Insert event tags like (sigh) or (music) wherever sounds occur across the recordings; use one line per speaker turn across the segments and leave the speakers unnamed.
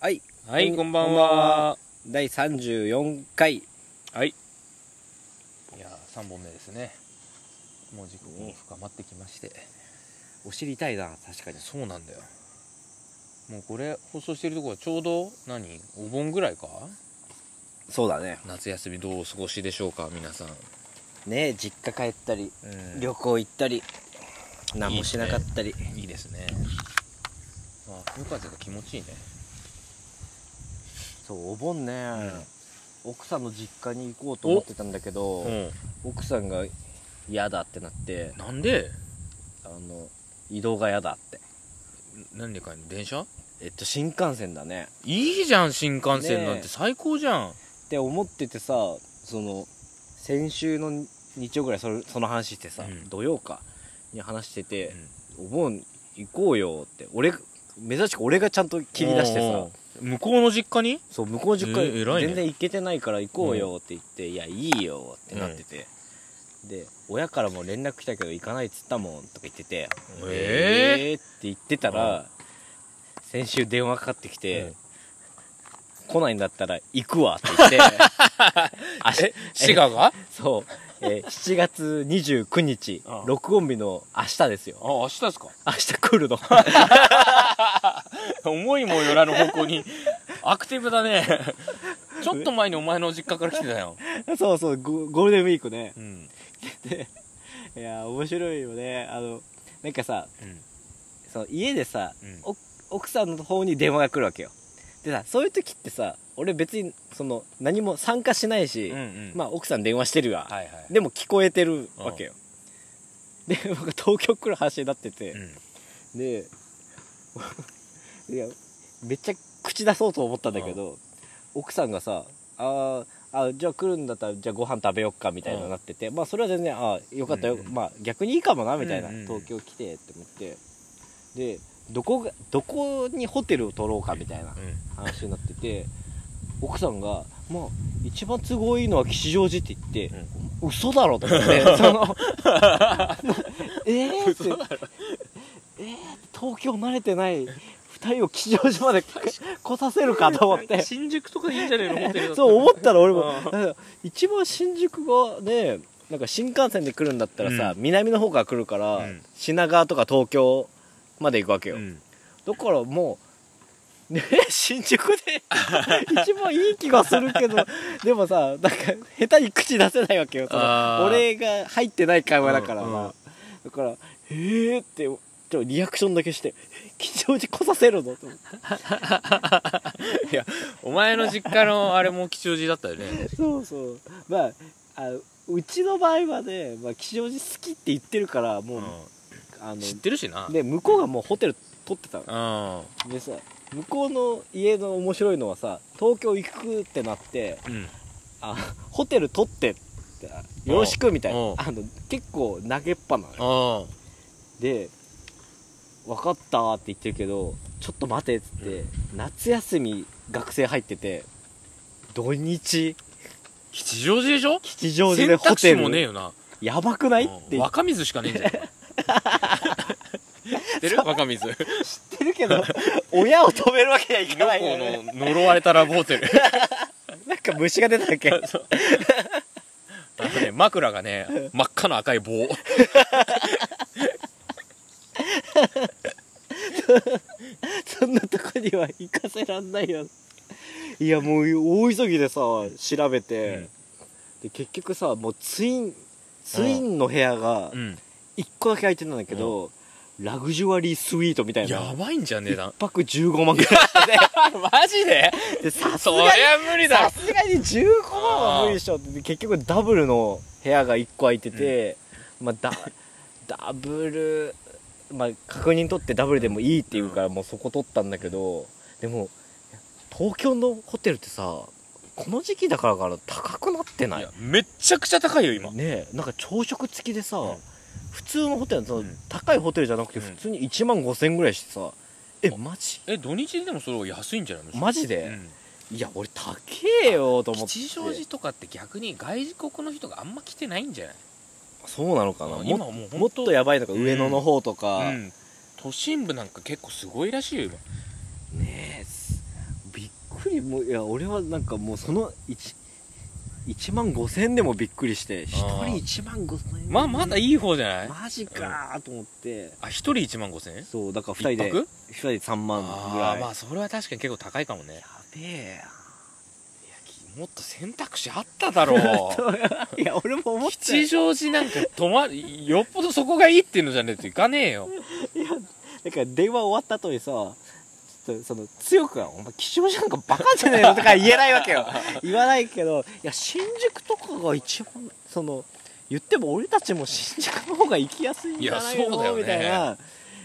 はい
はい、
こん
こんばんは。
第34回
はい。
いやー3本目ですねもう時刻も深まってきまして
お知りたいな確かに
そうなんだよもうこれ放送してるとこはちょうど何お盆ぐらいか
そうだね
夏休みどうお過ごしでしょうか皆さん、
ねえ実家帰ったり
うん
旅行行ったり何もしなかったり
いいですねまあ風風が気持ちいいね
そうお盆ね、奥さんの実家に行こうと思ってたんだけど、奥さんが嫌だってなって
んなんで
あの移動が嫌だって
何で帰るの電車
えっと新幹線だね
いいじゃん新幹線なん
ねえ
て最高じゃん、
って思っててさその先週の日曜ぐらいそれその話してさ、
うん
土曜かに話してて、お盆行こうよって俺珍しく俺がちゃんと切り出して
おう
さ
おう向こうの実家に
そう向こう10回、
え偉いね
全然行けてないから行こうよって言って、いやいいよってなってて、で親からも連絡来たけど行かないっつったもんとか言ってて
えー
えーって言ってたら先週電話かかってきて、来ないんだったら行くわって言って
(laughs)
あし
滋賀があ
そう、えー7月29日
ああ
録音日の明日ですよ
明日ですか
明日来るの
思いもよらぬ方向にアクティブだねちょっと前にお前の実家から来てたよ、
(laughs) そうそうゴゴールデンウィークね
うん
いやー面白いよねあのなんかさ
うん
その家でさ、
うん
お奥さんの方に電話が来るわけよでさそういう時ってさ俺別にその何も参加しないし、
うんうん
まあ奥さん電話してるわ、
はいはい
でも聞こえてるわけよで僕東京来る話になってて、
うん
でいやめっちゃ口出そうと思ったんだけど、奥さんがさ「あーあじゃあ来るんだったらじゃあご飯食べよっか」みたいな
うん
なってて、まあそれは全然「あーよかったよ、
うんうん
まあ逆にいいかもな」みたいな、
うんうん
東京来てって思ってでどこがどこにホテルを取ろうかみたいな
うん
話になってて奥さんが「まあ一番都合いいのは吉祥寺」って言って
うん
嘘だろと思って
(laughs)
そのえーってえー東京慣れてない2人を吉祥寺まで来させるかと思って
新宿とかでいいんじゃねえのホテルだったら
そう思ったら俺も
うん
なんか一番新宿がねなんか新幹線で来るんだったらさ、
う
南の方から来るから、
うん
品川とか東京まで行くわけよ、
うん
だからもう、ね、 (laughs) 新宿
(laughs)
で一番いい気がするけどでもさなんか下手に口出せないわけよそ
あ
の
ー
俺が入ってない会話だからな、
うんうん
だから「えー」ってちょっとリアクションだけして「吉祥寺来させるの?」と思って
いやお前の実家のあれも吉祥寺だったよね
そうそうまああうちの場合はね、まあ、吉祥寺好きって言ってるからもう、
う
あ
ん
の
知ってるしな
で向こうがもうホテル取ってたの
うん
でさ向こうの家の面白いのはさ東京行くってなって
うん
あホテル取ってってよろしくみたいな
うん
あの結構投げっぱなのよ
あ
で分かったって言ってるけどちょっと待てっつって、夏休み学生入ってて土日
吉祥寺でしょ
吉祥寺で
選
ホ
択
テ
肢
ル
もねえよな
やばくないっ
う
て
ん
言っ
若水しかねえんじゃん
(laughs)
知ってる若水
てるけど (laughs) 親を止めるわけにはいかない
妙
よ、ね、
高の呪われたラブホテル
なんか虫が出たっけ
あとね枕がね真っ赤な赤い棒
そんなとこには行かせらんないよいやもう大急ぎでさ調べて、
うん
で結局さもうツインツインの部屋が
うん
1個だけ空いてたんだけど、ラグジュアリースイートみたい
や
な
ばいんじゃん値段
(laughs) 1泊15万ぐらい
マジで
でさす
そ
が
り
に
ゃ無理だ
さすがに15万は無理でしょって結局ダブルの部屋が1個空いてて、まあだダブルまあ確認取ってダブルでもいいって言うからもうそこ取ったんだけどでも東京のホテルってさこの時期だからから高くなってない
いやめっちゃくちゃ高いよ今
ねえなんか朝食付きでさ、
うん
普通のホテルその、
うん
高いホテルじゃなくて
うん
普通に1万5000円ぐらいしてさ、えマジ
え土日でもそれ安いんじゃないの
マジで、いや俺高えよと思って
吉祥寺とかって逆に外国の人があんま来てないんじゃない
そうなのかな
今
も
はもう
もっとやばいのか、
うん
上野の方とか、
うん都心部なんか結構すごいらしいよ今
ねえすびっにもういや俺はなんかもうその 1, 1万5000円でもびっくりして1
あー
人1万5000円
まあまだいい方じゃない
マジかーと思って、
あ一人1万5千円
そうだから2人で
一泊
2人で3万ぐ
あ
らい
あまあそれは確かに結構高いかもね
やべえ
もっと選択肢あっただ
(laughs)
ろう
やいや俺も思って
吉祥寺なんか泊まるよっぽどそこがいいっていうのじゃねえと行かねえよ
だから電話終わった後にさちょっとその強くは「お前吉祥寺なんかバカじゃねえの?」とか言えないわけ
(laughs)
よ言わないけどいや新宿とかが一番その言っても俺たちも新宿の方が行きやすいんじゃない
いやそうだよ
の
ね
みたいな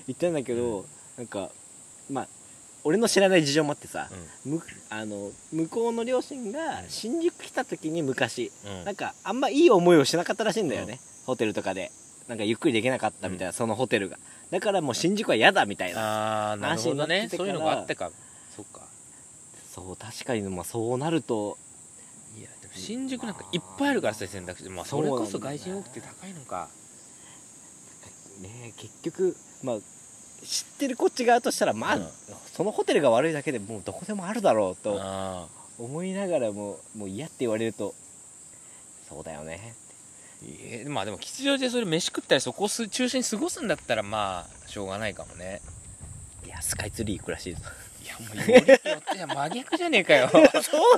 言ってんだけどなんかまあ俺の知らない事情もあってさ、むあの向こうの両親が新宿来た時に昔
うんうん
なんかあんまいい思いをしなかったらしいんだよね、ホテルとかでなんかゆっくりできなかったみたいな、そのホテルがだからもう新宿は嫌だみたいな
ああなるほ
話
ど
にな
ね
って
そういうの
から
があってかそっか
そう確かに、まあ、そうなると
いやでも新宿なんかいっぱいあるからさ選択肢まあそれこそ外人多くて高いのか
ねえ結局まあ知ってるこっち側としたらまあ、
うん
そのホテルが悪いだけでもうどこでもあるだろうと
あ
思いながらももう嫌って言われるとそうだよね
ーえーまあでも吉祥寺でそれ飯食ったりそこをす中心に過ごすんだったらまあしょうがないかもね
いやスカイツリー行くら
(laughs)
しい
いやもうよりによっては真逆じゃねえか
(laughs)
よ
そ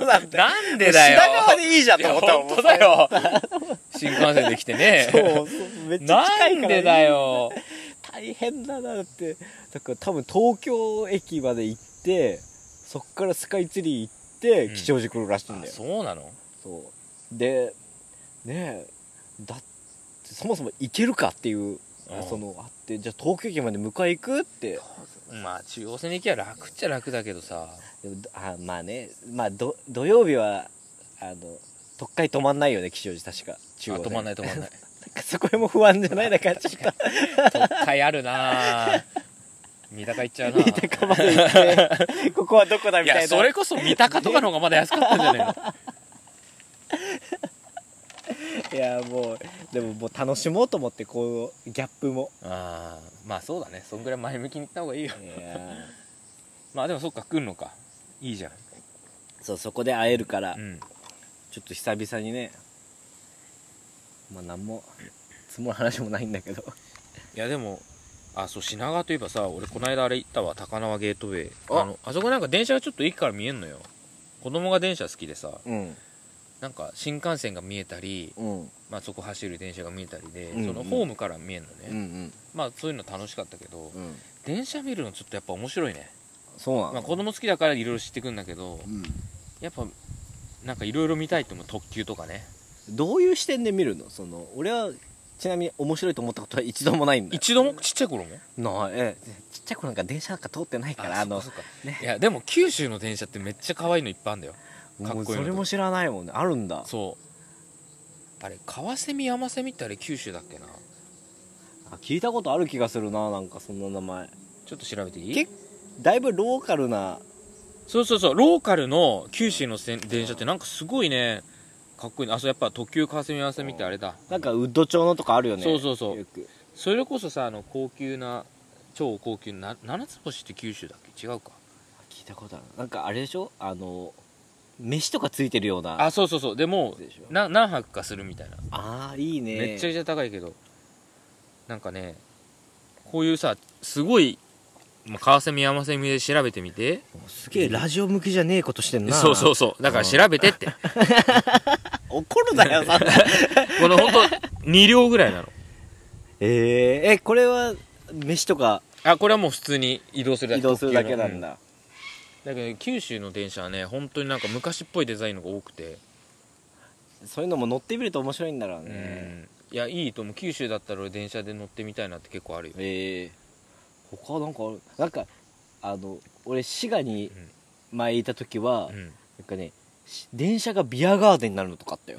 うなんよ
なんでだよ
品川でいいじゃんと思ったもん
いや本当だよ新幹線で来てね
(laughs) そうそうめっちゃ
な
近い
ん
から
でだよ
大変だなってだから多分東京駅まで行ってそっからスカイツリー行って
うん
吉祥寺来るらしいん
あ
だよ、
そうなの
そうでねえだってそもそも行けるかっていう
うん
そのあってじゃあ東京駅まで迎え行くって
まあ中央線に行きゃ楽っちゃ楽だけどさ
でもあまあねまあど土曜日はあの特会止まんないよね吉祥寺確か中
あ
央で
止まんない止まんない
なんかそこへも不安じゃないなんかちょっ
(laughs)
と
特快あるな (laughs) あ三鷹行っちゃうな
三鷹まで行ってここはどこだ
い
みたいな
やそれこそ三鷹とかの方がまだ安かったんじゃねえの
いやもうでももう楽しもうと思ってこうギャップも
(laughs) あーまあそうだねそんぐらい前向きに行った方がいいよ
いや
まあでもそっか来んのかいいじゃん
そうそこで会えるから、
うん
ちょっと久々にねまあ何も積もる話もないんだけど
いやでもあそう品川といえばさ俺この間あれ行ったわ高輪ゲートウェイ
あ
あのあそこなんか電車がちょっと駅から見えんのよ子供が電車好きでさ
うん
なんか新幹線が見えたり、
うんうん
まあ、そこ走る電車が見えたりで、
うんうん
そのホームから見えんのね、
うん
まあそういうの楽しかったけど、
うん
電車見るのちょっとやっぱ面白いね、
そうなの、
まあ、子供好きだからいろいろ知ってくんだけど
うん、
やっぱなんかいろいろ見たいと思う特急とかね
どういう視点で見るのその俺はちなみに面白いと思ったことは一度もないんだよ
一度もちっちゃい頃も
ないえちっちゃい子なんか電車なんか通ってないからあ
あ
の
そっかそっか
ね
いやでも九州の電車ってめっちゃ可愛いのいっぱいあるんだよかっこいいの
もうそれも知らないもんねあるんだ
そうあれカワセミヤマセミってあれ九州だっけな
あ聞いたことある気がするななんかそんな名前
ちょっと調べていい
結だいぶローカルな
そうそうそうローカルの九州のせん電車ってなんかすごいねかっこいいのあそうやっぱ特急カワセミヤマセミってあれだ
なんかウッド調のとかあるよね
そうそうそう
よく
それこそさあの高級な超高級な七つ星って九州だっけ違うか
聞いたことあるなんかあれでしょあの飯とかついてるような
あそうそうそうでも
でしょ
な何泊かするみたいな
あーいいね
めっちゃくちゃ高いけどなんかねこういうさすごいまあカワセミヤマセミで調べてみて
すげえラジオ向きじゃねえことしてんな
そうそうそうだから調べてって
怒るな
(laughs)
よ
この本当2両ぐらいなの
えー、えこれは飯とか
あこれはもう普通に移動するだけ
移動するだけな
特急
ん
の
だ、
うんだけど九州の電車はね本当になんか昔っぽいデザインのが多くて
そういうのも乗ってみると面白いんだろう
う
ね、
んいやいいと思う九州だったら俺電車で乗ってみたいなって結構あるよ
ええ他なんかあるなんかあの俺滋賀に前いた時は、
うんへ
なんかねし電車がビアガーデンになるのとかあったよ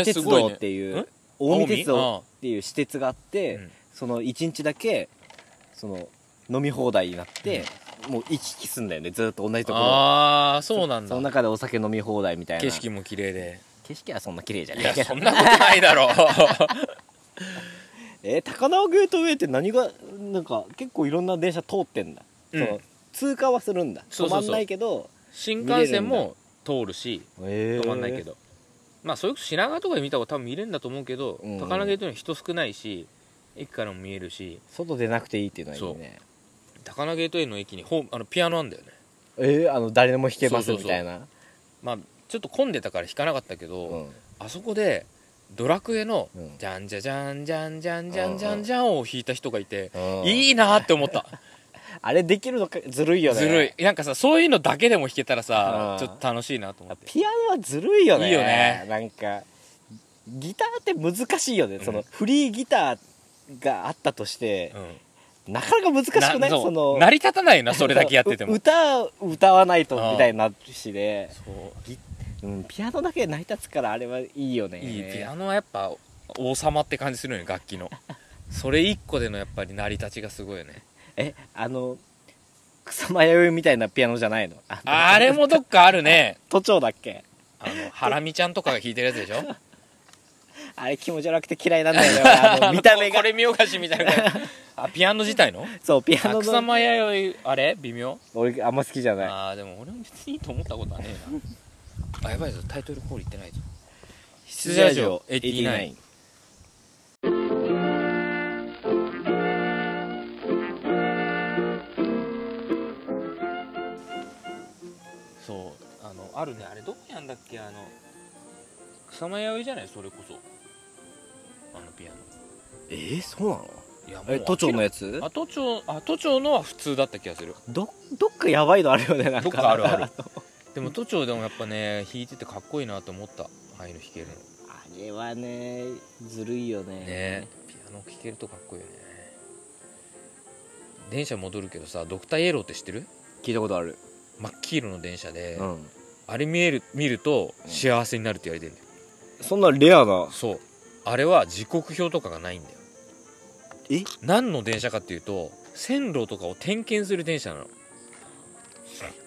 近江鉄道っていう、
ねん
近江鉄道っていう私鉄があって、
うん
その1日だけその飲み放題になって、もう行き来すんだよねずっと同じところ
ああそうなん
その
だ
中でお酒飲み放題みたいな
景色も綺麗で
景色はそんな綺麗じゃ
い
ない
や
け
そ
ど
んなことないだろう
(laughs) えー高輪ゲートウェイって何がなんか結構いろんな電車通ってんだ、
うん
その通過はするんだ
そう
止
そ
ま
うそうん
ないけど
新幹線
見れ
も通るし
え
止まんないけ
ど
ど、まあそれこそ品川とかで見た方が多分見れるんだと思うけど、
うん
高輪ゲートには人少ないし駅からも見えるし
外出なくていいっていうのはいいね
高輪ゲートへの駅にホームあのピアノあんだよね
えー、あの誰でも弾けます
そうそ
み
うそう
たいな
まあちょっと混んでたから弾かなかったけど、
うん
あそこでドラクエの
うん
じゃんじゃじゃんじゃんじゃんじゃんじゃんじゃんを弾いた人がいて、
うん
いいなーって思った
あれできるのかずるいよね
ずるいなんかさそういうのだけでも弾けたらさ、
うん
ちょっと楽しいなと思って
ピアノはずるいよね
いいよね
なんかギターって難しいよね、そのフリーギターがあったとして、
う
なかなか難しくない
そ
そうの
成り立たないなそれだけやってて
う
も
歌歌わないと
うん
みたいになるしで、
そう
うん、ピアノだけ成り立つからあれはいいよね
いいピアノはやっぱ王様って感じするよね楽器のそれ一個でのやっぱり成り立ちがすごいよね
えあの草間弥生みたいなピアノじゃないのあの
あれもどっかあるね
都庁だっけ
(laughs) あのハラミちゃんとかが弾いてるやつでしょ
あれ気持ち悪くて嫌いなんだよね俺 (laughs) あの
(laughs)
見た目
こ
が
れ見よがしみたいなあピアノ
(laughs)
自体の
そうピアノ
草
の
間弥生あれ微妙
俺あんま好きじゃない
ああでも俺も別にいいと思ったことはねえなあやばいぞタイトルコールいってないぞ羊ラジオ89そうあのあるねあれどこにあんだっけあの草間弥生じゃないそれこそあのピアノ
えー、そうなの
いやもう
え都庁のやつ
あ都庁あ都庁のは普通だった気がする
どどっかやばいのあるよねなんか
どっかあるあるでも都庁でもやっぱね弾いててかっこいいなと思ったああいうの弾けるのね
あれはねずるいよね
えピアノ弾けるとかっこいいよね電車戻るけどさドクターイエローって知ってる
聞いたことある、
真っ黄色の電車で、
うん、
あれ見える見ると
うん
幸せになるって言われてるんだよ、
そんなレアな
そうあれは時刻表とかがないんだよ
え
何の電車かっていうと線路とかを点検する電車なの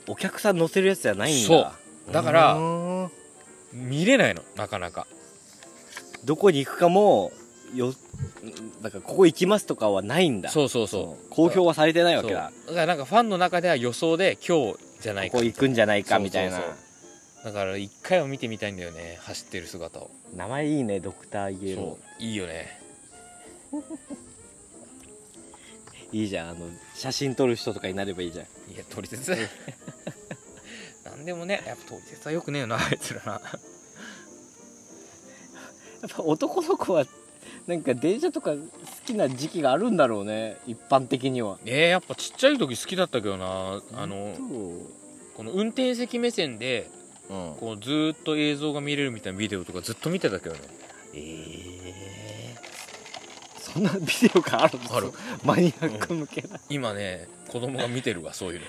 お客さん乗せるやつじゃないんだ
そうだから
うーん
見れないのなかなか
どこに行くかもよだからここ行きますとかはないんだ
そうそうそう
公表はされてな
う
いわけだ
そうだからなんかファンの中では予想で今日じゃない
こ
か
こ行くんじゃないかみたいな
そうそうだから一回は見てみたいんだよね走ってる姿を
名前いいねドクターイエロ
そういいよね
ーいいじゃんあの写真撮る人とかになればいいじゃん
いや撮り鉄 (laughs) なんでもねやっぱ撮り鉄はよくねえよなあいつら
(laughs)
な
やっぱ男の子はなんか電車とか好きな時期があるんだろうね一般的には
えー、やっぱちっちゃい時好きだったけどなあの
そ
この運転席目線で
う、うん、
こうずーっと映像が見れるみたいなビデオとかずっと見てたけどね
ええそんなビデオがあるんです
ある
マニアック向けな、
今ね子供が見てるわそういうの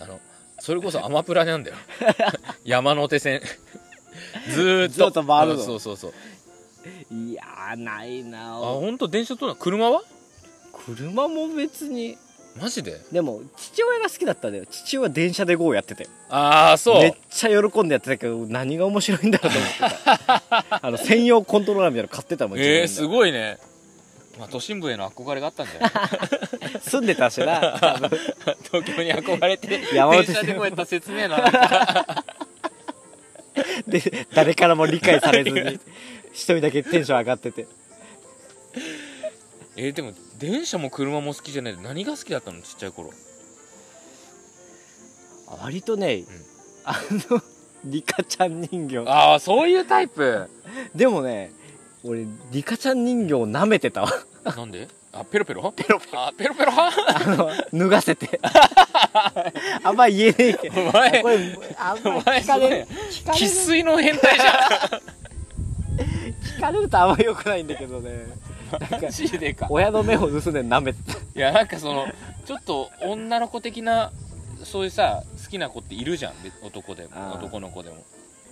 あのそれこそアマプラなんだよ山手線ずーっと
ずーっと回るの
うんそうそうそう
いやーないな
あ本当電車とな車は
車も別に
マジで
でも父親が好きだったんだよ父親電車で GO やってたよ
ああそ
め
う
っちゃ喜んでやってたけど何が面白いんだろうと思って
(laughs)
たあの専用コントローラーみたいなの買ってたもん自分で
えー、すごいねまあ都心部への憧れがあった (laughs) んじゃない
住んでたしな多分
東京に憧れて
山手
電
線
車でこうやった説明な
で誰からも理解されずに一人だけテンション上がってて
えー、でも電車も車も好きじゃないで何が好きだったのちっちゃい頃
割とね、あのリカちゃん人形
ああそういうタイプ
でもね俺リカちゃん人形を舐めてたわ
なんであペロペロペロペロあペロペロ
あの脱がせてあんま言えねえけど
お前
これあんまり
お前
聞かれる聞かれ
生
る
粋の変態じ
聞かれるとあんま良くないんだけどね
ゃんマジでか
親の目を盗んで舐めてた
いやなんかそのちょっと女の子的なそういうさ好きな子っているじゃん男で
あ
も
ー
男の子でも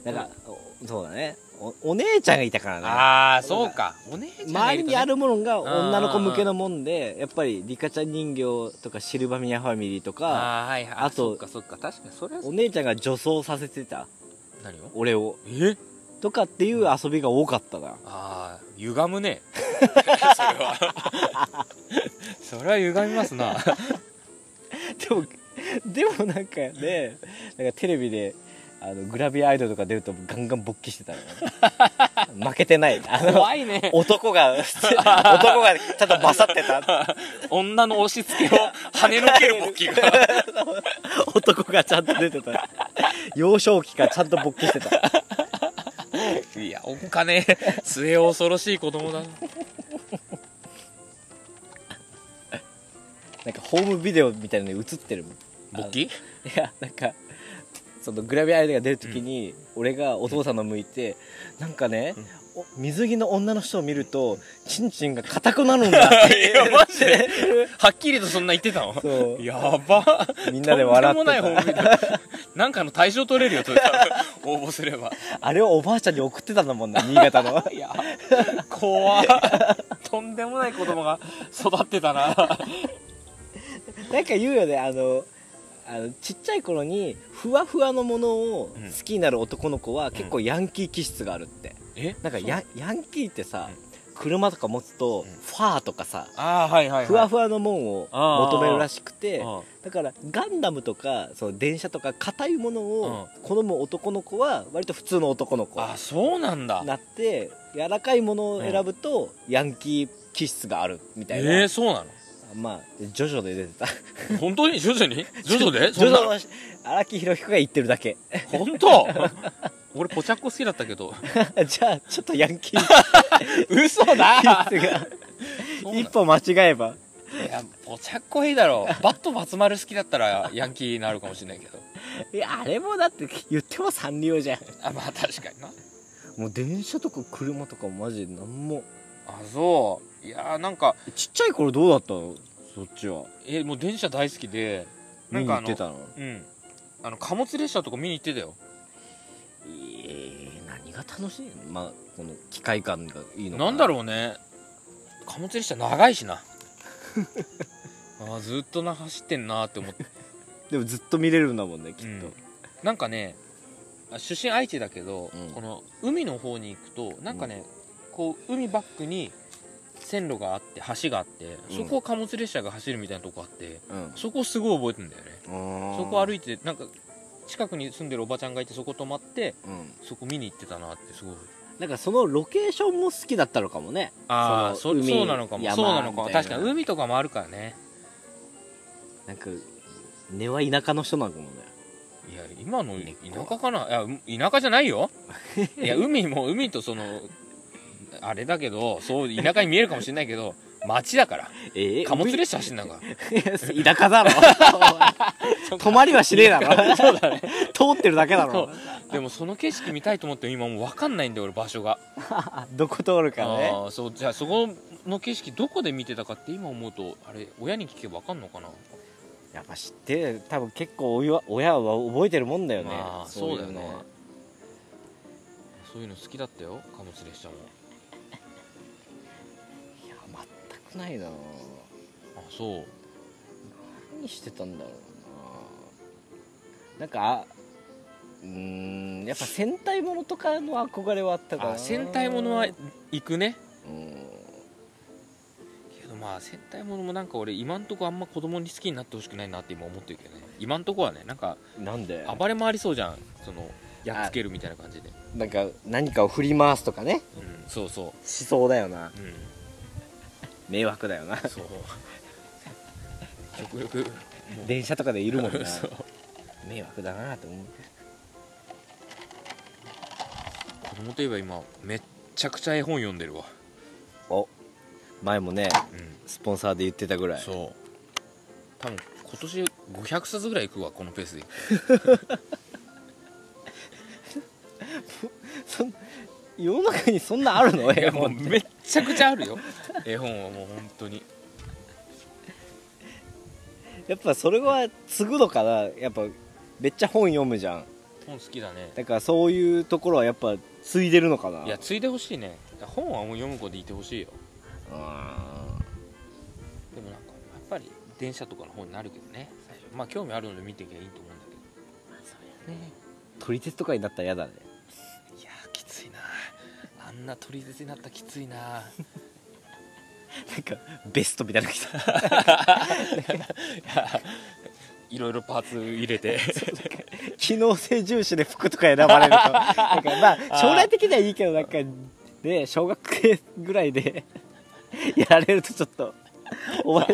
なんかおそうだねおお姉ちゃんがいたからね
ああそうかお姉ちゃんがい
周り
と
に
ね
あるものが女の子向けのもんでやっぱりリカちゃん人形とかシルバニアファミリーとか
あーはいはい
あと
そっかそっか確かにそれは
お姉ちゃんが女装させてた
何を
俺を
え
とかっていう遊びが多かったな (laughs)
ああ歪むねそれはそれは歪みますな
でもでもなんかねなんかテレビであのグラビアアイドルとか出るとガンガン勃起してたの、 (laughs) ね、負けてないあの
怖いね
男 (laughs) が男がただバサって (laughs) た
女の押し付けを跳ねのける勃起が
(laughs) 男がちゃんと出てた幼少期からちゃんと勃起してた
いやおっかねえ (laughs) 末恐ろしい子供だな
なんかホームビデオみたいなのに映ってるもん
勃起
いやなんかそのグラビアアイドルが出るときに、俺がお父さんの向いて、なんかね、お水着の女の人を見るとチンチンが硬くなるんだって
(laughs) いやマジではっきりとそんな言ってたの
そう
やば
みんなで笑っ
と
て
んでもな
た
い本見たなんかの対象取れるよ (laughs) と応募すれば
あれをおばあちゃんに送ってたんだもん
(laughs)
な新潟の
いや怖 (laughs) とんでもない子供が育ってた
なん
な
か言うよねあのあのちっちゃい頃にふわふわのものを
うん
好きになる男の子は結構ヤンキー気質があるって、
(laughs) え
なんかヤヤンキーってさ、車とか持つと、
うん
ファーとかさ
ああはいはい、はい、
ふわふわのもんを求めるらしくて、
うん
だからガンダムとかその電車とか硬いものを
う
好む男の子は割と普通の男の子
あそうなんだ
になって柔らかいものを選ぶとヤンキー気質があるみたいな、
えー、そうな
まあジョジョで出てた
の本当に徐々に (laughs) 徐々
(laughs)
で
ジョジ
そんな
ョの荒木宏彦が言ってるだけ (laughs)
本当 (laughs) 俺ポチャッコ好きだったけど
じゃあちょっとヤンキー気
(laughs) 嘘 (laughs) だ
質が一歩間違えば
いやポチャッコいいだろバット松丸好きだったらヤンキーになるかもしれないけど
いやあれもだって言ってもサンリオじゃん
あまあ確かにな
もう電車とか車とかマジでなんも
あそういやーなんか
ちっちゃい頃どうだったのそっちは
えもう電車大好きでな
見
ん
に行
かあ
って
の
たの
うんあの貨物列車とか見に行ってたよ
えー何が楽しいのまあこの機械感がいいのか
なんだろうね貨物列車長いしな (laughs) あーずっとな走ってんなーって思って
うでもずっと見れるんだもんねきっと、
なんかねあ出身愛知だけど、
うん
この海の方に行くとなんかね、こう海バックに線路があって橋があって
うん
そこを貨物列車が走るみたいなとこあって
うん
そこをすごい覚えてんだよねそ
そ
こ歩
い
いてなんか近くに住んでるおばちゃんがいてそこ泊まって
うん、
そこ見に行ってたなってすごい
なんかそのロケーションも好きだったのかもね
ああ
そ
そ
の
う
海
そうなのかも
山
そうなのかも
みたいな
確かに海とかもあるからね
なんか根は田舎の人なのかもね
いや今の田舎かないや田舎じゃないよ
(laughs)
いや海も海とそのあれだけどそう田舎に見えるかもしれないけど町だから
ええ
貨物列車走んなんか
(laughs) 田舎だ (laughs) ろ止まりはしねえだろそうだね (laughs) 通ってるだけだろ
でもその景色見たいと思っても今もう分かんないんだよ俺場所が
あどこ通るかね
あーそうじゃあそこの景色どこで見てたかって今思うとあれ親に聞けば分かんのかな
やっぱ知ってる多分結構おいわ親は覚えてるもんだよね、
まあそうだよね
いうの
そういうの好きだったよ貨物列車も
いや全くないな
あそう
何してたんだろうななんかあうーんやっぱ戦隊ものとかの憧れはあったか
あ
ら
戦隊ものは行くね
うん
けどまあ戦隊ものもなんか俺今んとこあんま子供に好きになってほしくないなって今思ってるけどね今んとこはねなんか
なんで
暴れ回りそうじゃんそのやっつけるみたいな感じで
なんか何かを振り回すとかね
うんそうそ
しそうだよな
ううん (laughs)
迷惑だよな
そう極力もう
電車とかでいるもんな
(laughs) そう
迷惑だなと思う
子供といえば今めっちゃくちゃ絵本読んでるわ
お前もね
うん
スポンサーで言ってたぐらい
そう多分今年500冊ぐらいいくわこのペースで
そん世の中にそんなあるの
いや
絵
もう
本
めっちゃくちゃあるよ (laughs) 絵本はもう本当に
やっぱそれは継ぐのかなやっぱめっちゃ本読むじゃん
本好きだね
だからそういうところはやっぱ継いでるのかない
やついでほしいね本はもう読む子でいてほしいよ
う
でもなんかやっぱり電車とかの方になるけどね最初まあ興味あるので見ていけばいいと思うんだけ
んね撮り鉄とかになったら嫌だね
どいやーきついなあんな取り鉄になったらきついな
なんかベストみたいなの着た
(laughs) いやいろいろパーツ入れ (laughs) て
(laughs) 機能性重視で服とか選ばれると (laughs) なんかまあ将来的にはいいけどなんかね小学生ぐらいで (laughs) やられるとちょっ
(laughs)
とお前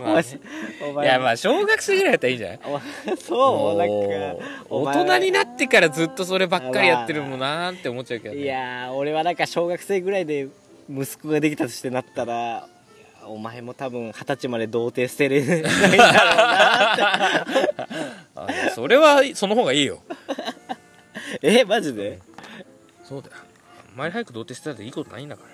お
ま
前
あね
お
い
前
やまあ小学生ぐらいだったらいいんじゃない
お前そうなん
も
か
う
お
大
前
人になってからずっとそればっかりやってるもんなーって思っちゃうけど、ね、
いやー俺はなんか小学生ぐらいで息子ができたとしてなったらいやーお前も多分二十歳まで童貞捨てれないん (laughs) だろうなって
あのそれはその方がいいよ
えマジで
そうだよあんまり早く童貞してたっていいことないんだから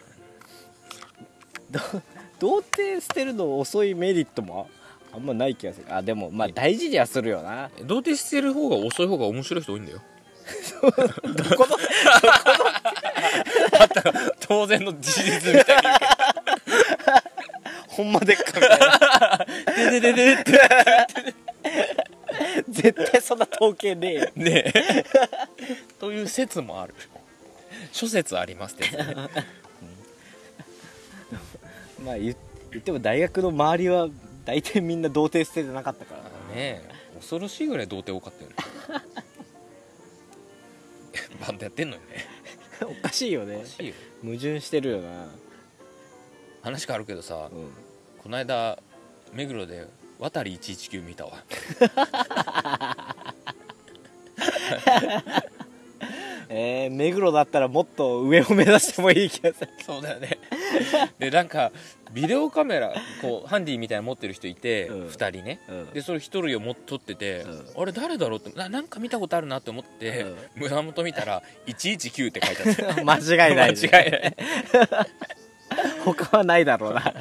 童貞捨てるの遅いメリットもああんまない気がするあでもまあ大事にはするよな
童貞してる方が遅い方が面白い人多いんだよ
どこの
当然の事実みたいな
(laughs) ほんまでっかみたいな
ででででって
(laughs) 絶対そんな統計ねえよ
ねという説もある諸説ありますってやつね
まあ言言っても大学の周りは大体みんな童貞捨ててなかったから
あのね恐ろしいぐらい童貞多かったよねバンドやってんのにね
おかしいよね
おかしいよ
矛盾してるよな、
話変わるけどさ
うん、
この間目黒で渡り119見たわ
えー、目黒だったらもっと上を目指してもいい気がする
(laughs) そうだよねでなんかビデオカメラこうハンディみたいなの持ってる人いて、
うん
2人ね
うん
でそれ1人をも撮ってて、
う
あれ誰だろうってななんか見たことあるなって思って、胸元見たら119って書いてあった
間違いない
(laughs)
ね
間違いない
他はないだろうな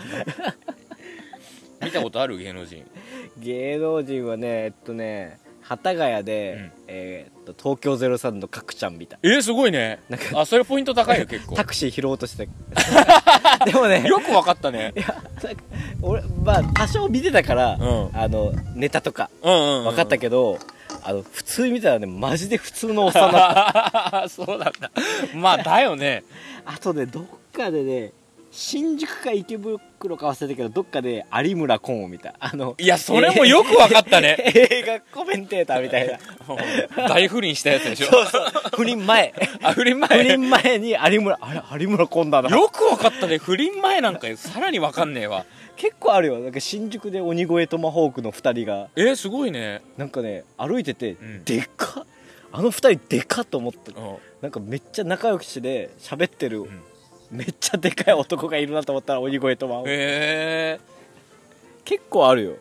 見たことある芸能人
(laughs) 芸能人はねえっとね幡ヶ谷で、
うん
えーっと東京03の角ちゃんみたい
えー、すごいね
なんか
あそれポイント高いよ結構
タクシー拾おうとして
(laughs)
(laughs) たでもね
よくわかったね
いやなんか (laughs) 俺まあ多少見てたから、
うん
あのネタとか
うんうん、うん、
分かったけど、あの普通に見たらねマジで普通のおっさんだっ
ど (laughs) そうなんだまあだよね
たあとねどっかでね新宿か池袋か忘れたけどどっかで有村昆を見たあの
いやそれもよくわかったね
(laughs) 映画コメンテーターみた
(laughs)
いな
大不倫したやつでしょ
そうそう不倫前
あ不倫
不
前
倫前に有村あれ有村昆だな
よくわかったね不倫前なんかさらにわかんねえわ
結構あるよなんか新宿で鬼越トマホークの2人が
えー、すごいね、
なんかね歩いてて、
うん
でっかっあの2人でかっと思って
うん
なんかめっちゃ仲良くして喋ってる、
ん
めっちゃでかい男がいるなと思ったら鬼越トマホーク
え
結構あるよ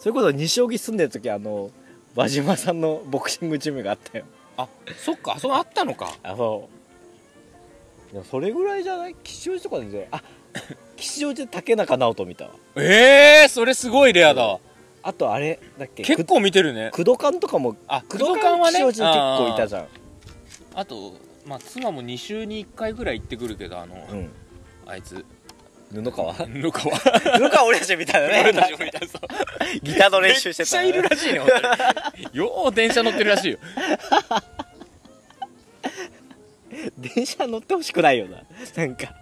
それこそ西荻住んでる時あの輪島さんのボクシングジムがあったよ
ー、あそっかあそこあったのか
あそうでもそれぐらいじゃない吉祥寺とかでいいんじゃない (laughs) あ吉祥寺で竹中直人見たわ
ええー、それすごいレアだわ
あとあれだっけ
結構見てるね
く工藤館とかも
あ
工藤館吉祥寺に結構いた
ゃん
じゃん
あとまあ妻も2週に1回ぐらい行ってくるけどあの、あいつ
うん布川 (laughs) 布
布川
川俺たちみたい (laughs) な
俺
ね
たちもいたそう
ギターの
め
練
っ
習して
ち
た
ゃ
ね
いるらしいね本当によう電車乗ってるらしいよ
(laughs) 電車乗ってほしくないよななんか、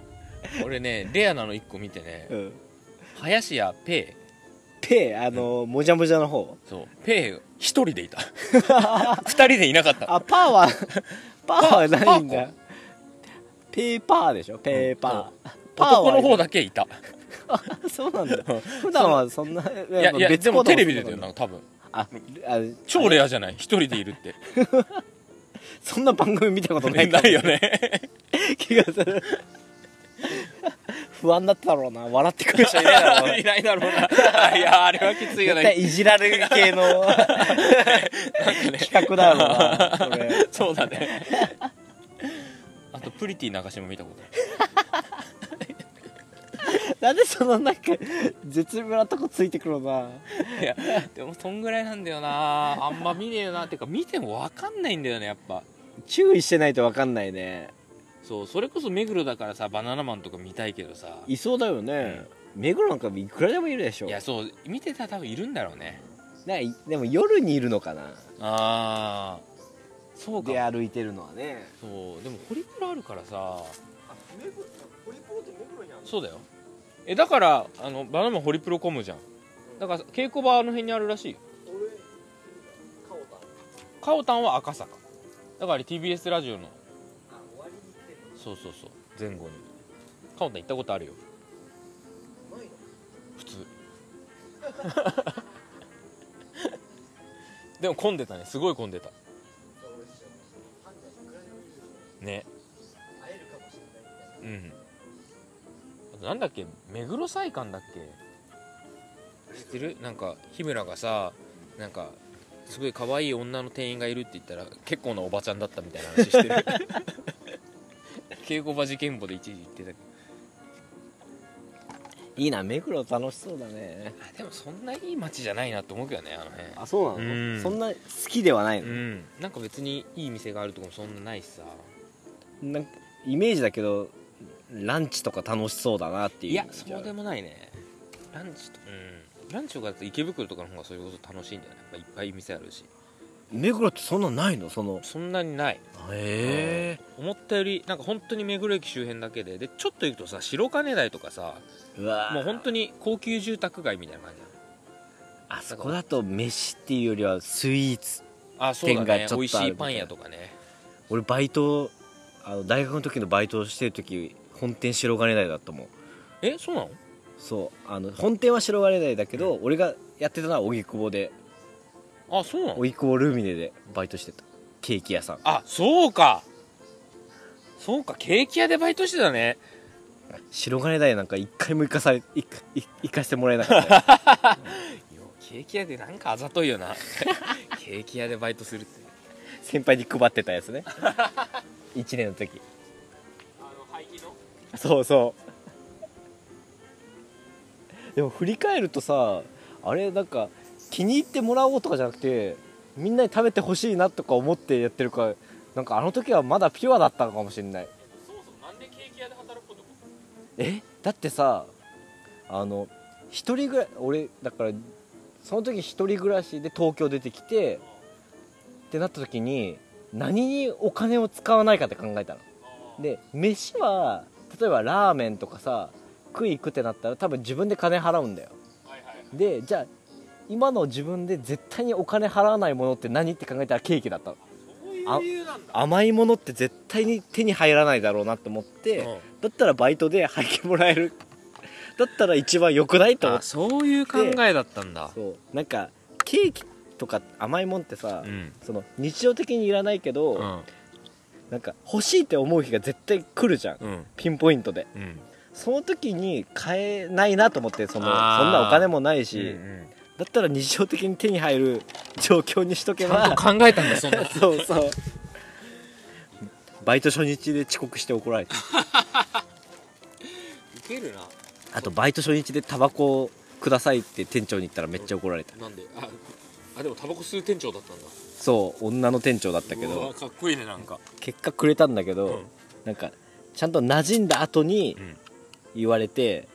俺ねレアなの1個見てね
うん、
林家ペ
ペーあのもじゃもじゃの方
イそうペイ1人で
(laughs)
いた2人でいなかった
あパ
(laughs)
ーはパーはないんだ
パ
ペーパーでしょペーパー、
男の方
だ
だけいた
(laughs) そうなんだ普段はそんない
やいやでもテレビでだよ
な
な多分
ああ
超レアじゃない1人でいるって
そんな番組見たことないか
(laughs) な
ら
(laughs) いよね
気がする不安だっただろうな笑ってくる人いないだろう
(laughs) いないだろう (laughs) ないやあれはきついよ
絶
ね
対いじられる系
(laughs)
の企画だろうなそ
(laughs)
れ
そうだねあとプリティ流しも見たことある
なんでそのなんか絶妙なとこついてくるのない
やでもそんぐらいなんだよなあんま見ねえよなっていうか見ても分かんないんだよねやっぱ
注意してないと分かんないね
そうそれこそ目黒だからさバナナマンとか見たいけどさ
いそうだよね、目黒なんかいくらでもいるでしょ
いやそう見てたら多分いるんだろうね
なんかでも夜にいるのかな
ああそうか
で歩いてるのはね
そうでもホリプロあるからさ
目黒ホリプロって目黒にある
そうだよえだからあのバナナマンホリプロコムじゃんだから稽古場あの辺にあるらしいよ
俺
カオタンは赤坂だから TBS ラジオのそうそうそう前後にカオタン行ったことあるよ普通でも混んでたねすごい混んでたねうんあとなんだっけ目黒祭館だっけ知ってるなんか日村がさなんかすごい可愛い女の店員がいるって言ったら結構なおばちゃんだったみたいな話してる稽古場事件簿で一時言ってたけど
いいな目黒楽しそうだね
あでもそんないい街じゃないなって思うけどねあの辺
あそうなの、
うん
そんな好きではないの、
うんなんか別にいい店があるとこもそんなないしさ
なんかイメージだけどランチとか楽しそうだなっていう
い
い
やそうでもないねランチとうんランチとかだと池袋とかの方がそれこそ楽しいんじゃないやっぱいっぱい店あるし
目黒ってそんなないのその
そんなにない
へ
思ったよりなんか本当に目黒駅周辺だけででちょっと行くとさ白金台とかさ
えうわ
もう本当
に
に高級住宅街みたいな感じ
あそこだと飯っていうよりはスイーツ
あそうだ
店がちょ
ね
っと
美
あるみた
味
いな
しいパン屋とかね
俺バイトあの大学の時のバイトをしてる時本店白金台だったもん
えそうなの
そうあの本店は白金台だけど、俺がやってたのは荻窪で
あそうなの
荻窪ルミネでバイトしてたケーキ屋さん
あそうかそうかケーキ屋でバイトしてたね
白金台なんか一回も行かされ行か行行かせてもらえなかったよ
ケーキ屋でなんかあざといよな (laughs) ケーキ屋でバイトするって
先輩に配ってたやつね1年の時
あの廃棄の
(laughs) そうそうでも振り返るとさあれなんか気に入ってもらおうとかじゃなくてみんなに食べてほしいなとか思ってやってるからなんかあの時はまだピュアだったのかもしれない
そもそもなんでケーキ屋で働くこと
えだってさあの一人ぐらい俺だからその時一人暮らしで東京出てきてってなった時に何にお金を使わないかって考えたので飯は例えばラーメンとかさ食い行くってなったら多分自分で金払うんだよでじゃあ今の自分で絶対にお金払わないものって何って考えたらケーキだったの
そういう
理
由なんだ
甘いものって絶対に手に入らないだろうなと思って、だったらバイトで廃棄もらえる (laughs) だったら一番良くないと思っ
あ
て
そういう考えだったんだ
そうなんかケーキとか甘いもんってさ、
うん
その日常的にいらないけど、
うん
なんか欲しいって思う日が絶対来るじゃん、
うん
ピンポイントで
うん
その時に買えないなと思ってそのそん
あー
なお金もないし、
うん
だったら日常的に手に入る状況にしとけ
ちゃん
ば
と考えたんだそんな
(laughs) そうそうバイト初日で遅刻して怒られた
ウケるな
あとバイト初日でタバコをくださいって店長に言ったらめっちゃ怒られた
なんでああでもタバコ吸う店長だったんだ
そう女の店長だったけ
う
ど
わかっこいいねなんか
結果くれたんだけど、
うん
なんかちゃんと馴染んだ後に
うん
言われて、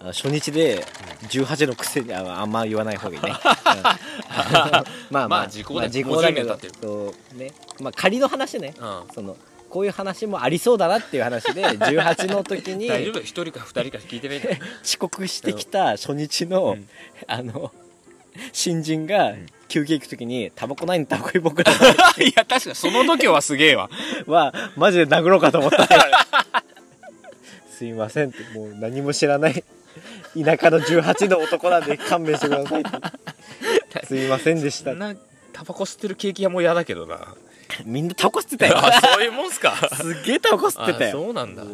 あの初日で18のくせにああんま言わない方
(laughs)
がいいね、うんあのまあ
まあ時効だよ
時効だけ
も
ど
う10年経って
そうねまあ仮の話ね
うん
そのこういう話もありそうだなっていう話
(laughs)
で18の時に
大丈夫だよ一人か二人か聞いてないんだよ
遅刻してきた初日の、
うん
あの新人が
ん
休憩行く時に「タバコないんタバコいぼくら
(laughs) いや確かにその時はすげえわ
はマジで殴ろうかと思った (laughs) すいませんってもう何も知らない田舎の18の男なんで勘弁してください (laughs) ってすいませんでし
そ
た
んなタバコ吸ってるケーキ屋も嫌だけどな
みんなタバコ吸ってたよ
そういうもんす (laughs) か
(laughs) すっげえタバコ吸ってた
あ
よ
そうなんだ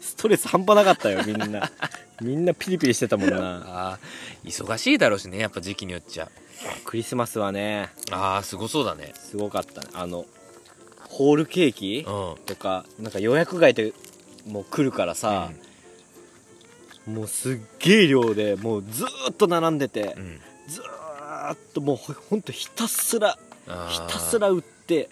ストレス半端なかったよみんなみんなピリピリしてたもんな
あー忙しいだろうしねやっぱ時期によっちゃ
クリスマスはね
ああすごそうだね
すごかったねあのホールケーキ
うん
とかなんか予約外でもう来るからさ、もうすっげえ量でもうずーっと並んでて、
うんうん
ずーっともうほほんとひたすら
あー
ひたすら売って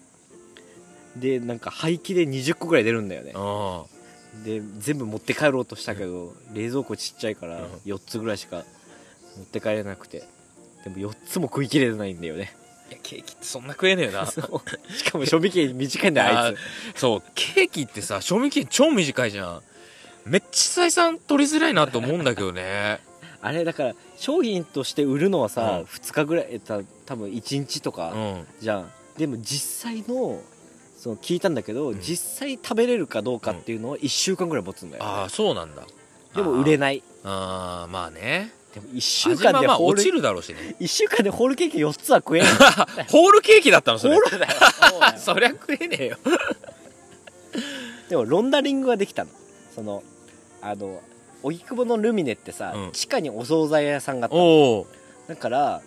でなんか廃棄で20個ぐらい出るんだよね
うん
で全部持って帰ろうとしたけど、冷蔵庫ちっちゃいから
うん
4つぐらいしか持って帰れなくてでも4つも食い切れてないんだよね (laughs)
いやケーキってそんな食えねえよな
そうしかも賞味期限短いんだ
(laughs)
よあいつ
そうケーキって
(laughs)
さ賞味期限超短いじゃんめっちゃ採算取りづらいなと思うんだけどね
ああれだから商品として売るのはさ、
うん
2日ぐらいえた多分1日とか
うん
じゃん、でも実際のその聞いたんだけど、
うん
実際食べれるかどうかっていうのは1週間ぐらい持つんだよ、
ああそうなんだ
でも売れ
ない
ない
あーまあね
でも1週
味
間
は
で
まあ
ホー
落
ル
ちるだろうし
(laughs)
ね
一週間でホールケーキ4つは食えんよ
ホールケーキだった (laughs) のそ
ホ
れ
ールだよ
(laughs) そりゃ食えねえ
(laughs)
よ
でもロンダリングはできたのそのあの荻窪のルミネってさ、
うん
地下にお惣菜屋さんがあった
おう
だから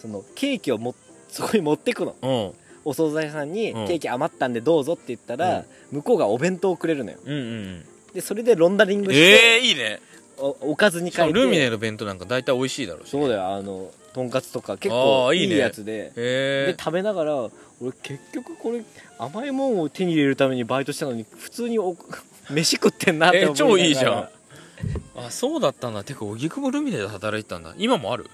そのケーキをも (laughs) そこに持ってくの
おう
お惣菜屋さんに、
うん
ケーキ余ったんでどうぞって言ったら、
うん
向こうがお弁当をくれるのよ
うんうん
でそれでロンダリン
うん
グして、
ええいいね
おおかずに
しか
変え
も
て
ルミネの弁当なんか大体美味しいだろうしね
そうだよあのとんかつとか結構
あー
い
いい
い
ね
やつで
へ
で食べながら俺結局これ甘いもんを手に入れるためにバイトしたのに普通にお (laughs) 飯食ってんなって思いながら
え超いいじゃんえあそうだったんだてか荻窪ルミネで働いてたんだ今もある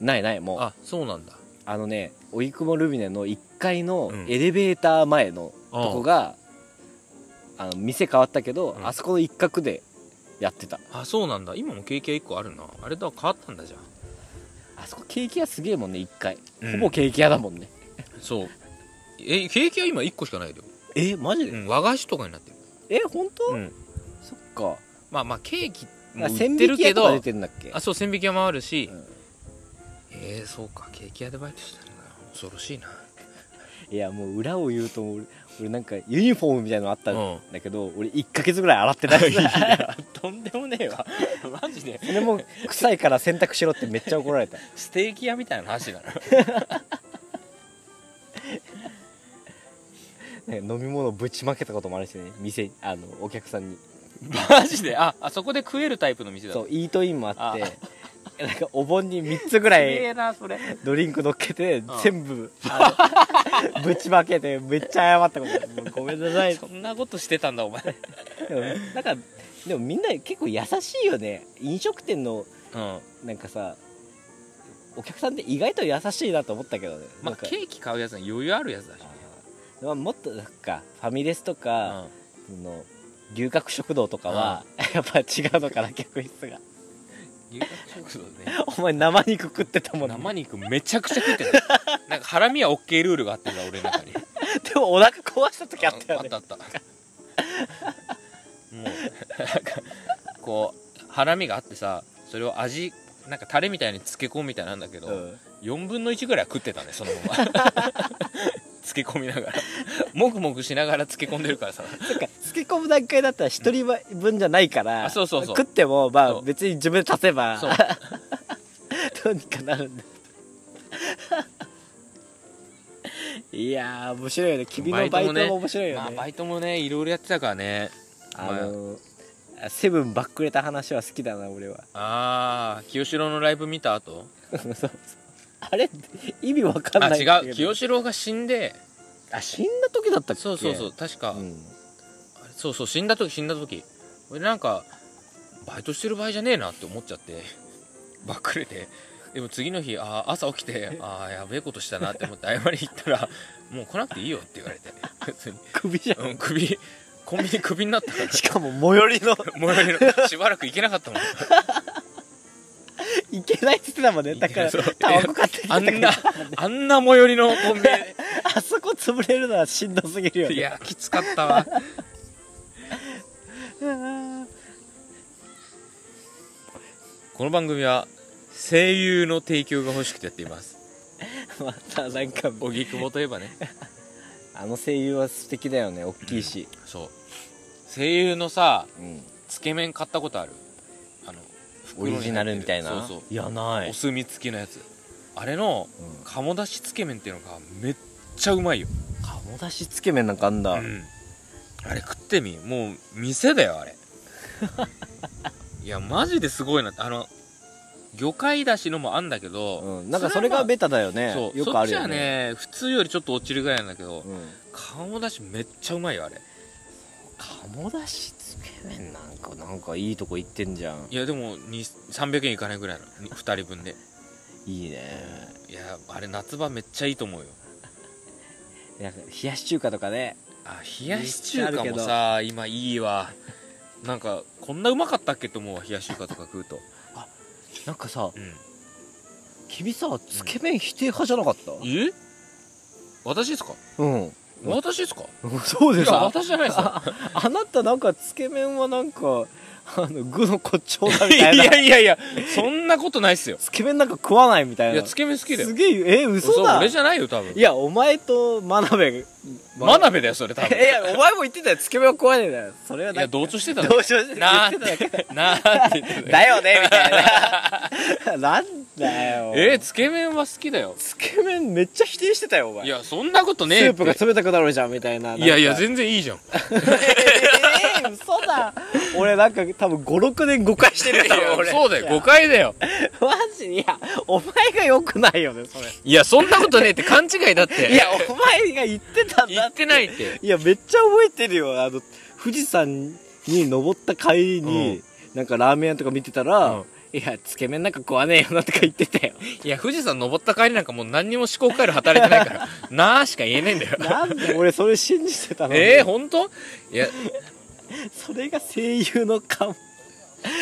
ないないもうあ
あそうなんだ
のね荻窪ルミネの1階の
うん
エレベーター前の
あ
とこが、あの店変わったけど、
うん
あそこの一角でやってた
あそうなんだ今もケーキ屋1個あるなあれだ変わったんだじゃ
あそこケーキ屋すげえもんね1階、
うん
ほぼケーキ屋だもんね
あそうえケーキ屋今1個しかないだよ、
えマジ
うん、和菓子とかになってる、
え本当、
うん、
そっか
まあまあケーキも
あ
売
千
ってる
匹
け
屋とか出
ど
てんだっけ
あそう千匹屋もあるし、
うん
えー、そうかケーキ屋でバイトしてるんだ恐ろしいない
やもう裏を言うと俺俺なんかユニフォームみたいなのあったん
うん
だけど、俺1ヶ月ぐらい洗って (laughs) ない
とんでもねえわマジで
でも臭いから洗濯しろってめっちゃ怒られた
ステーキ屋みたいな話だな
ね飲み物ぶちまけたこともあるしね店あのお客さんに
(laughs) マジでああそこで食えるタイプの店だ
そううイートインもあってなんかお盆に3つぐら
すげ
い
えなそれ
ドリンク乗っけて
ん
全部あの (laughs) ぶちまけてめっちゃ謝ったことあるもうごめんなさい
そんなことしてたんだお前
でもなんかでもみんな結構優しいよね飲食店の
うん
なんかさお客さんって意外と優しいなと思ったけどね、
ま
なん
あ
か
ケーキ買うやつに余裕あるやつだしね
まあもっとなんかファミレスと
う
か、
ん
その牛角食堂とかは、やっぱ違うのかな客室が (laughs)
牛角食堂ね
お前生肉食ってたもんね
生肉めちゃくちゃ食っ
(laughs)
てるなんかハラミは OK ルールがあってんだ俺の中に
でもお腹壊した時あったよね
あったあったもうなんかこうハラミがあってさそれを味なんかタレみたいに漬け込むみたいなんだけど、
うん
4分の1ぐらいは食ってたねそのまま
(laughs)
漬け込みながらもぐもぐしながら漬け込んでるからさ
なんか漬け込む段階だったら一人分じゃないから、
あそうそうそう
食ってもま
そ
あ
う
別に自分で足せば
そう
どうにかなるんだ (laughs) いやー面白いよね君のバイトも面白いよね
まあバイトもねいろいろやってたからね
あのセブンばっくれた話は好きだな俺
(laughs)
は
ああ清志郎のライブ見た後
そうそうあれ意味わかん
あ
ない
違う清
志
志郎が死んで
あ死んだ時だったっけ
そうそうそう確か、
うん
あれそうそう死んだ時死んだ時俺なんかバイトしてる場合じゃねえなって思っちゃって (laughs) ばっくれてでも次の日あー朝起きてあーやべえことしたなって思って謝りに行ったらもう来なくていいよって言われて (laughs) 普通に、
クビじゃん
うん、首コン (laughs) ビニクビになったから
しかも最寄り
(laughs)
の
最寄りのしばらく行けなかったもん
行けないっつってたもんねだから
そう
タバコ買ってきて
あ
たけ
ん
ど
なあんな最寄りのコンビニ
(laughs) あそこ潰れるのはしんどすぎるよ
(laughs)
ね
いやきつかったわこの番組は声優の提供が欲しくてやっています
またなんか
荻窪といえばね
あの声優は素敵だよね大きいし、
そう声優のさ
うん
つけ麺買ったことあるあの
オリジナルみたいな
袋に入ってるそう
やな
そうお墨付きのやつあれの
うん
鴨だしつけ麺っていうのがめっちゃうまいよ、
鴨だしつけ麺なんかあんだ、
うんあれ食ってみもう店だよ
(laughs)
あれいやマジですごいなってあの魚介だしのもあんだけど、
うん、なんかそれがベタだよね
そう
よくあるよね
そっちはね普通よりちょっと落ちるぐらいなんだけど、
うん
鴨だしめっちゃうまいよあれ
鴨だしつけ麺なんかなんかいいとこ行ってんじゃん
いやでもに300円いかないぐらいの2人分で
いいね
いやあれ夏場めっちゃいいと思うよ
なんか冷やし中華とかね
あ冷やし中華もさ今いいわなんかこんなうまかったっけと思うわ冷やし中華とか食うと
なんかさ
うん
君さつけ麺否定派じゃなかった
え私ですか
うん、
私ですか (laughs)
そう
い
でし
や
ょ
私じゃないですよ
あなたなんかつけ麺はなんかあの具の骨頂だみ
(laughs) い
た (laughs) いな
やいやいやそんなことないっすよ
つけ麺なんか食わないみたいない
やつけ麺好きだ
す
よ
げええ嘘
そう
だ
俺じゃないよ多分
いやお前と真鍋
真鍋だよそれ多分
えいやお前も言ってたよつけ麺は食わねえんだよそれはいな
や
んか
同調してた
同
の
調して
な
言
あ
ってただけ (laughs)
なーって言ってた
だよねみたいな (laughs) なんだよ
えつけ麺は好きだよ
つけ麺めっちゃ否定してたよお前
いやそんなことね
ス
え
ー
っ
プが
て
冷たくなるじゃんみたいななんか
いやいや全然いいじゃん
えー、 (laughs) 嘘だ俺なんか多分56年誤解してる
い
よ
や
俺
そうだよ
いや
誤解だよ
マジいやお前がよくないよねそれ
いやそんなことねえって勘違いだって
いやお前が言ってたん
言
だ
ってないって
いやめっちゃ覚えてるよあの富士山に登った帰りに、なんかラーメン屋とか見てたら、
うん
いやつけ麺なんか食わねえよなとか言ってたよ
いや富士山登った帰りなんかもう何にも思考回路働いてないからなあしか言えねえんだよ
なんで俺それ信じてたのに
えー、本当いや
それが声優の顔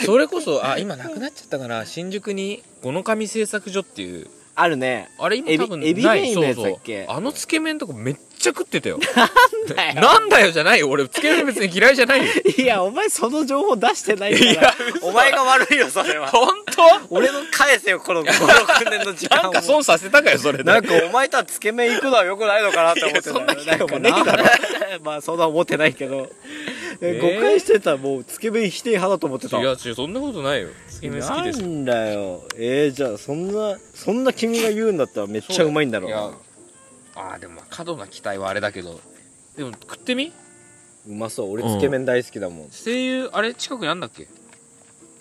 それこそあ今なくなっちゃったかな新宿に五の神製作所っていう
あるね (laughs)
あれ今多分
エビ
な
エビメイン
い
のやつ
そう
だっけ
そうあのつけ麺とかめっちゃ食ってたよ
なんだよ
なんだよじゃないよ俺つけ麺別に嫌いじゃないよ
いやお前その情報出してないからお前が悪いよそれは
本
(laughs) 俺の返せよこの56年の時
当な
間
ん
を
か損させたかよそれで
なんかお前とはつけ麺行くのはよくないのかなって思ってたよ
いやそんな機会もねえ
なんかな (laughs) まあそんな思ってないけど、
えー
誤解してたもうつけ麺否定派だと思ってた
いや違うそんなことないよつけ麺好きです
な
よ
んだよえー、じゃあそんなそんな君が言うんだったらめっちゃうまいんだろう
いや
な
あーでもまあ過度な期待はあれだけどでも食ってみ
うまそう俺つけ麺大好きだもん、
声優あれ近くにあんだっけ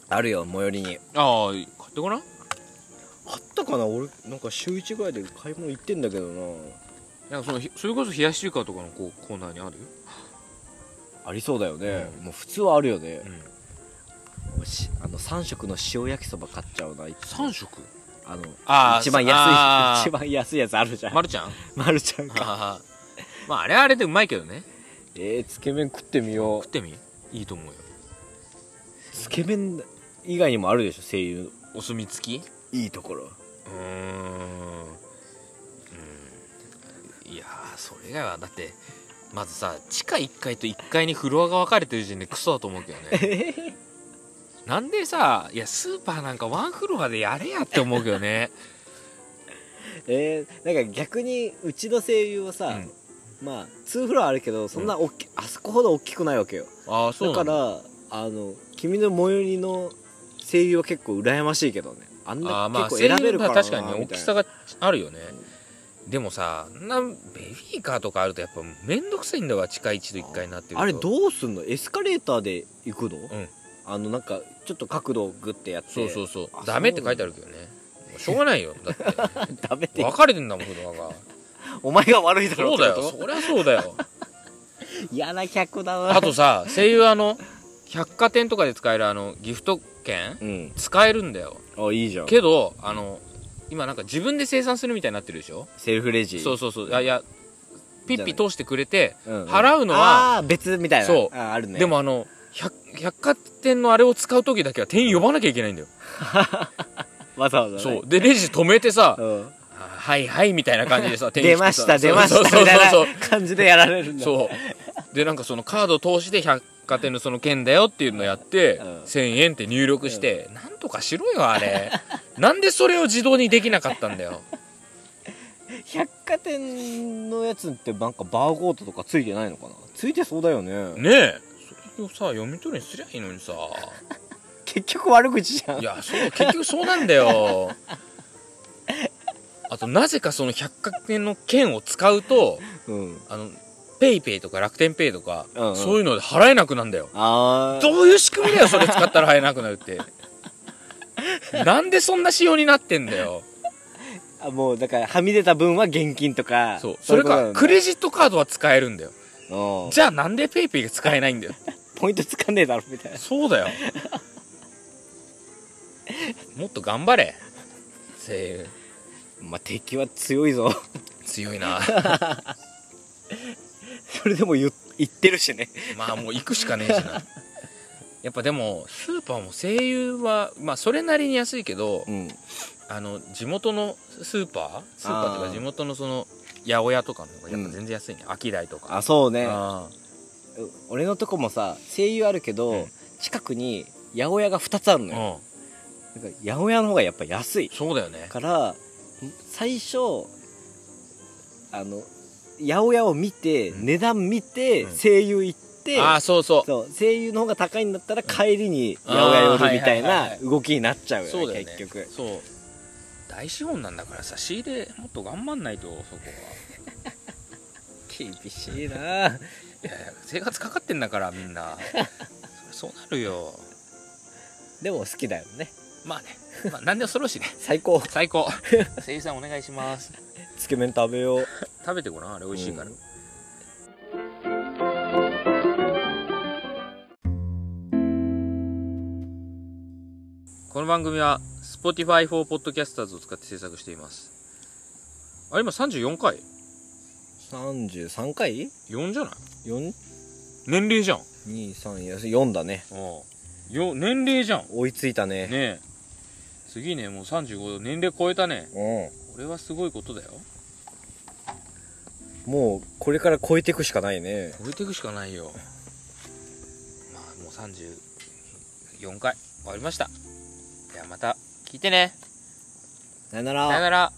あるよ最寄りに
ああ買ってごらん
あったかな俺なんか週1ぐらいで買い物行ってんだけどな
なんかそのひそれこそ冷やし中華とかのこうコーナーにあるよ
ありそうだよね、
う
もう普通はあるよね
う、ん
しあの3色の塩焼きそば買っちゃうないつも
3食
あの
あー
一番
あ
安い
ー
一番安いやつあるじゃん
まるちゃ (laughs) ん
まるちゃんか
あーまああれはあれでうまいけどね
(laughs) えー、つけ麺食ってみよ
食ってみいいと思うよ
うつけ麺以外にもあるでしょ声優
お墨付き
いいところ
うーんうんいやーそれ以外はだってまずさ地下1階と1階にフロアが分かれてる時点でクソだと思うけどね (laughs) なんでさいやスーパーなんかワンフロアでやれやって思うけどね
えー、なんか逆にうちの声優はさ、
うん
まあ2フロアあるけどそんなおっき、あそこほど大きくないわけよ
ああそ
だ
う
か
なんだ
らあの君の最寄りの声優は結構羨ましいけどねあん
あー
な
まあ
結構
選
選
べ
べ
る
る
か
からら
確かにね
み
大
たい
き
な
さがあるよねでもさあんなベビーカーとかあるとやっぱ面倒くさいんだわ地下1と1階になってると
あれどうすんのエスカレーターで行くの、
ん
あのなんかちょっと角度をグッてやって
そうそうそう
あ
ダメって書いてあるけどねしょうがないよだって
ダメで
分かれてんだもんフロアが
お前が悪いだろ
そうだよそりゃそうだよ
嫌な客だな
あとさ声優あの百貨店とかで使えるあのギフト券
うん
使えるんだよ
あいいじゃん
けどあの今なんか自分で生産するみたいになってるでしょ
セルフレジ
そうそうそうあいやピッピ通してくれて
うん
払うのは
ああ別みたいな
そう
ああるね
でもあの百百貨店のあれを使う時だけは店員呼ばなきゃいけないんだよ、
わざわざ、ね、
そうでレジ止めてさ「
うん
あはいはい」みたいな感じでさ店員
出ました出ました
そう
み
そうそうそう
たいな感じでやられるんだ
そうでなんかそのカード通しで百貨店のその券だよっていうのやって、
うん
1000円って入力して、なんとかしろよあれ (laughs) なんでそれを自動にできなかったんだよ
百貨店のやつってなんかバーゴードとかついてないのかなついてそうだよね
ねえそれをさ読み取りにすりゃいいのにさ
結局悪口じゃん
いやそう結局そうなんだよあとなぜかその百貨店の券を使うと
うん
あのペイペイとか楽天ペイとか、
うんうん
そういうので払えなくなんだよ
ああ
どういう仕組みだよそれ使ったら払えなくなるってなんでそんな仕様になってんだよ
あもうだからはみ出た分は現金とか
そうそれかク
れ
レジットカードは使えるんだよ
ポ
じゃあなんでペイペイが使えないんだよ
イントつかねえだろみたいな
そうだよもっと頑張れ声優
まあ敵は強いぞ (laughs)
強いな
それでも言言ってるしね
まあもう行くしかねえしな (laughs) やっぱでもスーパーも声優はまあそれなりに安いけど、
うん
あの地元のスーパースーパーって
あ
いう
ー
か地元のその八百屋とかの方がやっぱ全然安いね、秋代とか
あそうね
あ
俺のとこもさ声優あるけど、
うん
近くに八百屋が2つあるの
ー
よ、
うん
なんか八百屋の方がやっぱ安い
そうだよね
から最初あの八百屋を見て、
うん
値段見て、
うん
声優行って
ああそうそう
そう声優の方が高いんだったら帰りに
うん
八百屋寄るみたい
あーはいはいはいは
ない動きになっちゃうよね
そうだよね
結局
そう大資本なんだからさ仕入れもっと頑張んないとそこは
厳しいな
いやいや生活かかってんだからみ
(laughs)
んなそりゃそうなるよ
でも好きだよね
まあね、まあ、何でも揃うしね
最高 (laughs)
最高声優さんお願いします
つけ麺食べよう
食べてごらんあれ美味しいから、
うん
この番組は Spotify for Podcasters を使って制作していますあれ今34回
33回
4じゃない
?423
年齢じゃん
4だね
うんよ年齢じゃん
追いついたね
ねえすげえねもう35年齢超えたね
う
これはすごいことだよ
んもうこれから超えていくしかないね
超えていくしかないよまあもう34回終わりましたではまた聞いてね
さよなら
さよなら